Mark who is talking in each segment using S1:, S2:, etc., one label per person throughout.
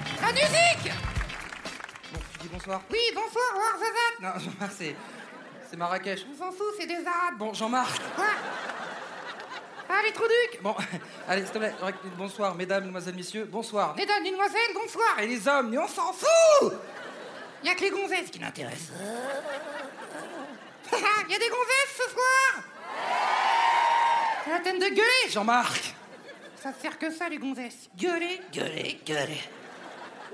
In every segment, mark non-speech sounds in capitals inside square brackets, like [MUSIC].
S1: musique
S2: Bon, tu dis bonsoir.
S1: Oui, bonsoir, Warzazat
S2: Non, Jean-Marc, c'est. C'est Marrakech.
S1: On s'en fout, c'est des arabes
S2: Bon, Jean-Marc.
S1: Quoi Ah, les trouducs
S2: Bon, [LAUGHS] allez, s'il te plaît, j'aurais que- bonsoir, mesdames, mesdemoiselles, messieurs, bonsoir.
S1: Mesdames, mesdemoiselles, bonsoir
S2: Et les hommes, mais on s'en fout
S1: Y'a que les gonzesses qui [LAUGHS] m'intéressent. Y'a des gonzesses ce soir C'est la peine de gueuler
S2: Jean-Marc
S1: Ça sert que ça, les gonzesses. Gueuler, gueuler, gueuler.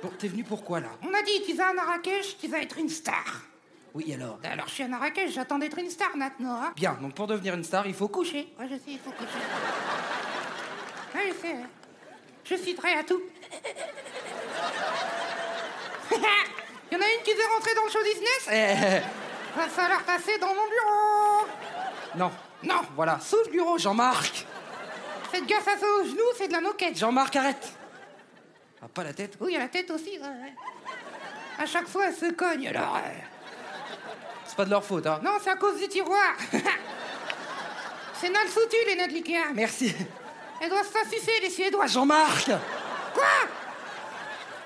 S2: Bon, t'es venu pourquoi là
S1: On a dit qu'ils à Marrakech, qu'ils allaient être une star. Ben
S2: Oui, alors
S1: Alors je suis à Marrakech, j'attends d'être une star maintenant. Hein.
S2: Bien, donc pour devenir une star, il faut coucher.
S1: Coucher. Ouais, je sais, il faut coucher. Ouais, je sais. hein. Je suis prêt à tout. [LAUGHS] il y en a une qui veut rentrer dans le show business
S2: Eh,
S1: Va falloir passer dans mon bureau.
S2: non, non, voilà, sauf bureau, Jean-Marc
S1: Faites gaffe à ça aux genoux, c'est de la moquette.
S2: Jean-Marc, arrête Ah, pas la tête
S1: Oui, il y a la tête aussi. ouais, ouais. À chaque fois, elle se cogne, alors. euh,
S2: C'est pas de leur faute, hein
S1: Non, c'est à cause du tiroir. [LAUGHS] c'est notre foutu, les nains de l'IKEA.
S2: Merci
S1: Elles doivent s'afficher, les Suédois.
S2: Ah, Jean-Marc
S1: Quoi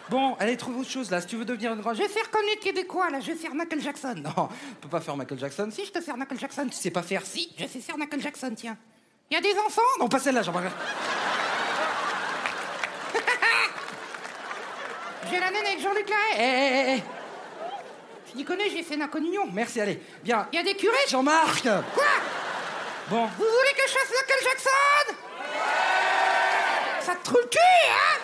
S2: Bon, allez, trouve autre chose là, si tu veux devenir une grande.
S1: Je vais faire comme les Québécois, là, je vais faire Michael Jackson.
S2: Non, on peut pas faire Michael Jackson.
S1: Si je te sers Michael Jackson,
S2: Tu sais pas faire si.
S1: je sais faire Michael Jackson, tiens. Il y a des enfants
S2: Non, pas celle-là,
S1: [LAUGHS]
S2: Jean-Marc.
S1: J'ai la naine avec Jean-Luc
S2: Eh,
S1: Lahaye.
S2: eh, eh, eh.
S1: Je dis connais, j'ai fait Nacognon.
S2: Merci, allez. Bien.
S1: Il y a des curés
S2: Jean-Marc
S1: Quoi
S2: Bon,
S1: Vous voulez que je fasse Michael Jackson Ça te trouve le cul, hein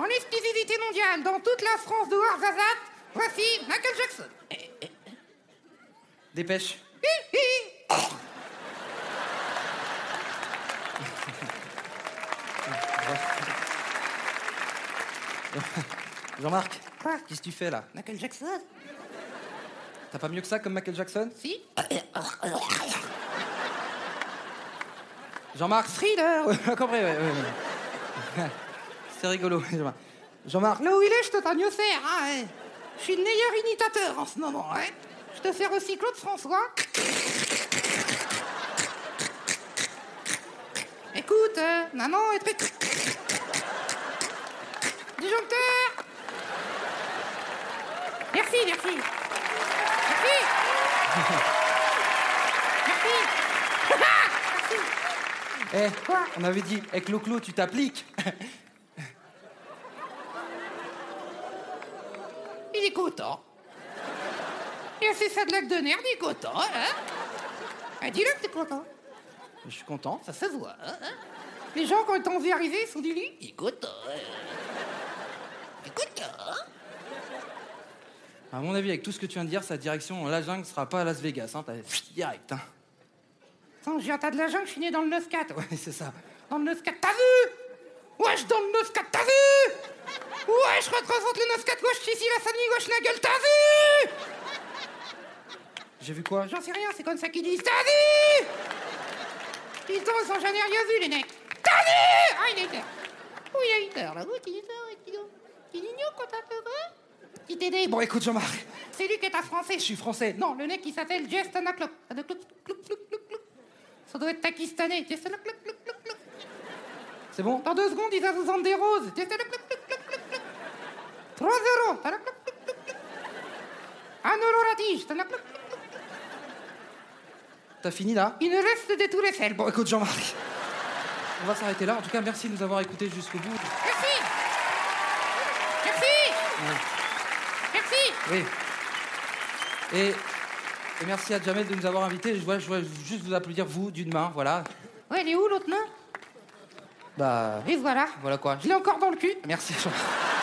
S1: En exclusivité mondiale, dans toute la France de Warzazat, voici Michael Jackson.
S2: dépêche.
S1: Hi, hi.
S2: Jean-Marc,
S1: Quoi
S2: qu'est-ce que tu fais là
S1: Michael Jackson
S2: T'as pas mieux que ça comme Michael Jackson
S1: Si
S2: Jean-Marc [LAUGHS]
S1: Thriller
S2: Ouais, compris, ouais, ouais, ouais. [LAUGHS] C'est rigolo, Jean-Marc. Jean-Marc,
S1: Là où il est, je te pas mieux faire, hein hein. Je suis le meilleur imitateur en ce moment, hein Je te sers aussi Claude François. Écoute, euh, maman est très... Disjoncteur Merci, merci Merci [LAUGHS] Merci [LAUGHS]
S2: eh,
S1: Quoi
S2: on avait dit, avec Clo-Clo, tu t'appliques. [LAUGHS]
S1: Il est content. Il a fait sa blague de nerf, il est content, hein Ah, Dis-le que t'es content
S2: Je suis content.
S1: Ça se voit, hein hein. Les gens, quand ils t'ont vu arriver, ils sont du lit. Écoute, écoute, hein?
S2: À mon avis, avec tout ce que tu viens de dire, sa direction en la jungle sera pas à Las Vegas. Hein, t'as- [LAUGHS] pfff, direct, hein.
S1: Sans j'ai un tas de la jungle, je suis né dans le 9-4. ouais.
S2: Ouais, c'est ça.
S1: Dans le 9-4, t'as vu Wesh, dans le 9-4, t'as vu Wesh, représente le 9-4, wesh, ici la famille, wesh, la gueule, t'as vu
S2: J'ai vu quoi
S1: J'en sais rien, c'est comme ça qu'ils disent. T'as vu Putain, ils ont jamais rien vu, les mecs. T'as vu Ah, il est peur. Où il a eu peur, là Où il a eu peur Il est ignoble quand t'as peur, hein Il t'aide.
S2: Bon, écoute, Jean-Marc,
S1: C'est lui qui est un français.
S2: je suis français. Non,
S1: Non, le mec, il s'appelle Justin Ah, Clock. Ça doit être pakistanais. Justin Clock, clock, clock, clock.
S2: c'est bon
S1: Dans deux secondes, il va vous vendre des roses. Justin Clock, clock, clock, clock, clock. 3 euros. Justin Clock, clock, clock, clock. Un euro la tige. Justin Clock, clock, clock.
S2: T'as fini là
S1: Il ne reste de tout les faire. Bon,
S2: Bon, écoute, Jean-Marc, on va s'arrêter là. En tout cas, merci de nous avoir écoutés jusqu'au bout.
S1: Merci Merci Merci
S2: Oui. Et, et merci à Jamel de nous avoir invités. Je vois, je vois juste vous applaudir, vous, d'une main, voilà.
S1: Ouais, il est où l'autre main
S2: Bah,
S1: Et voilà.
S2: voilà quoi.
S1: Je l'ai encore dans le cul.
S2: Merci, Jean-Marc.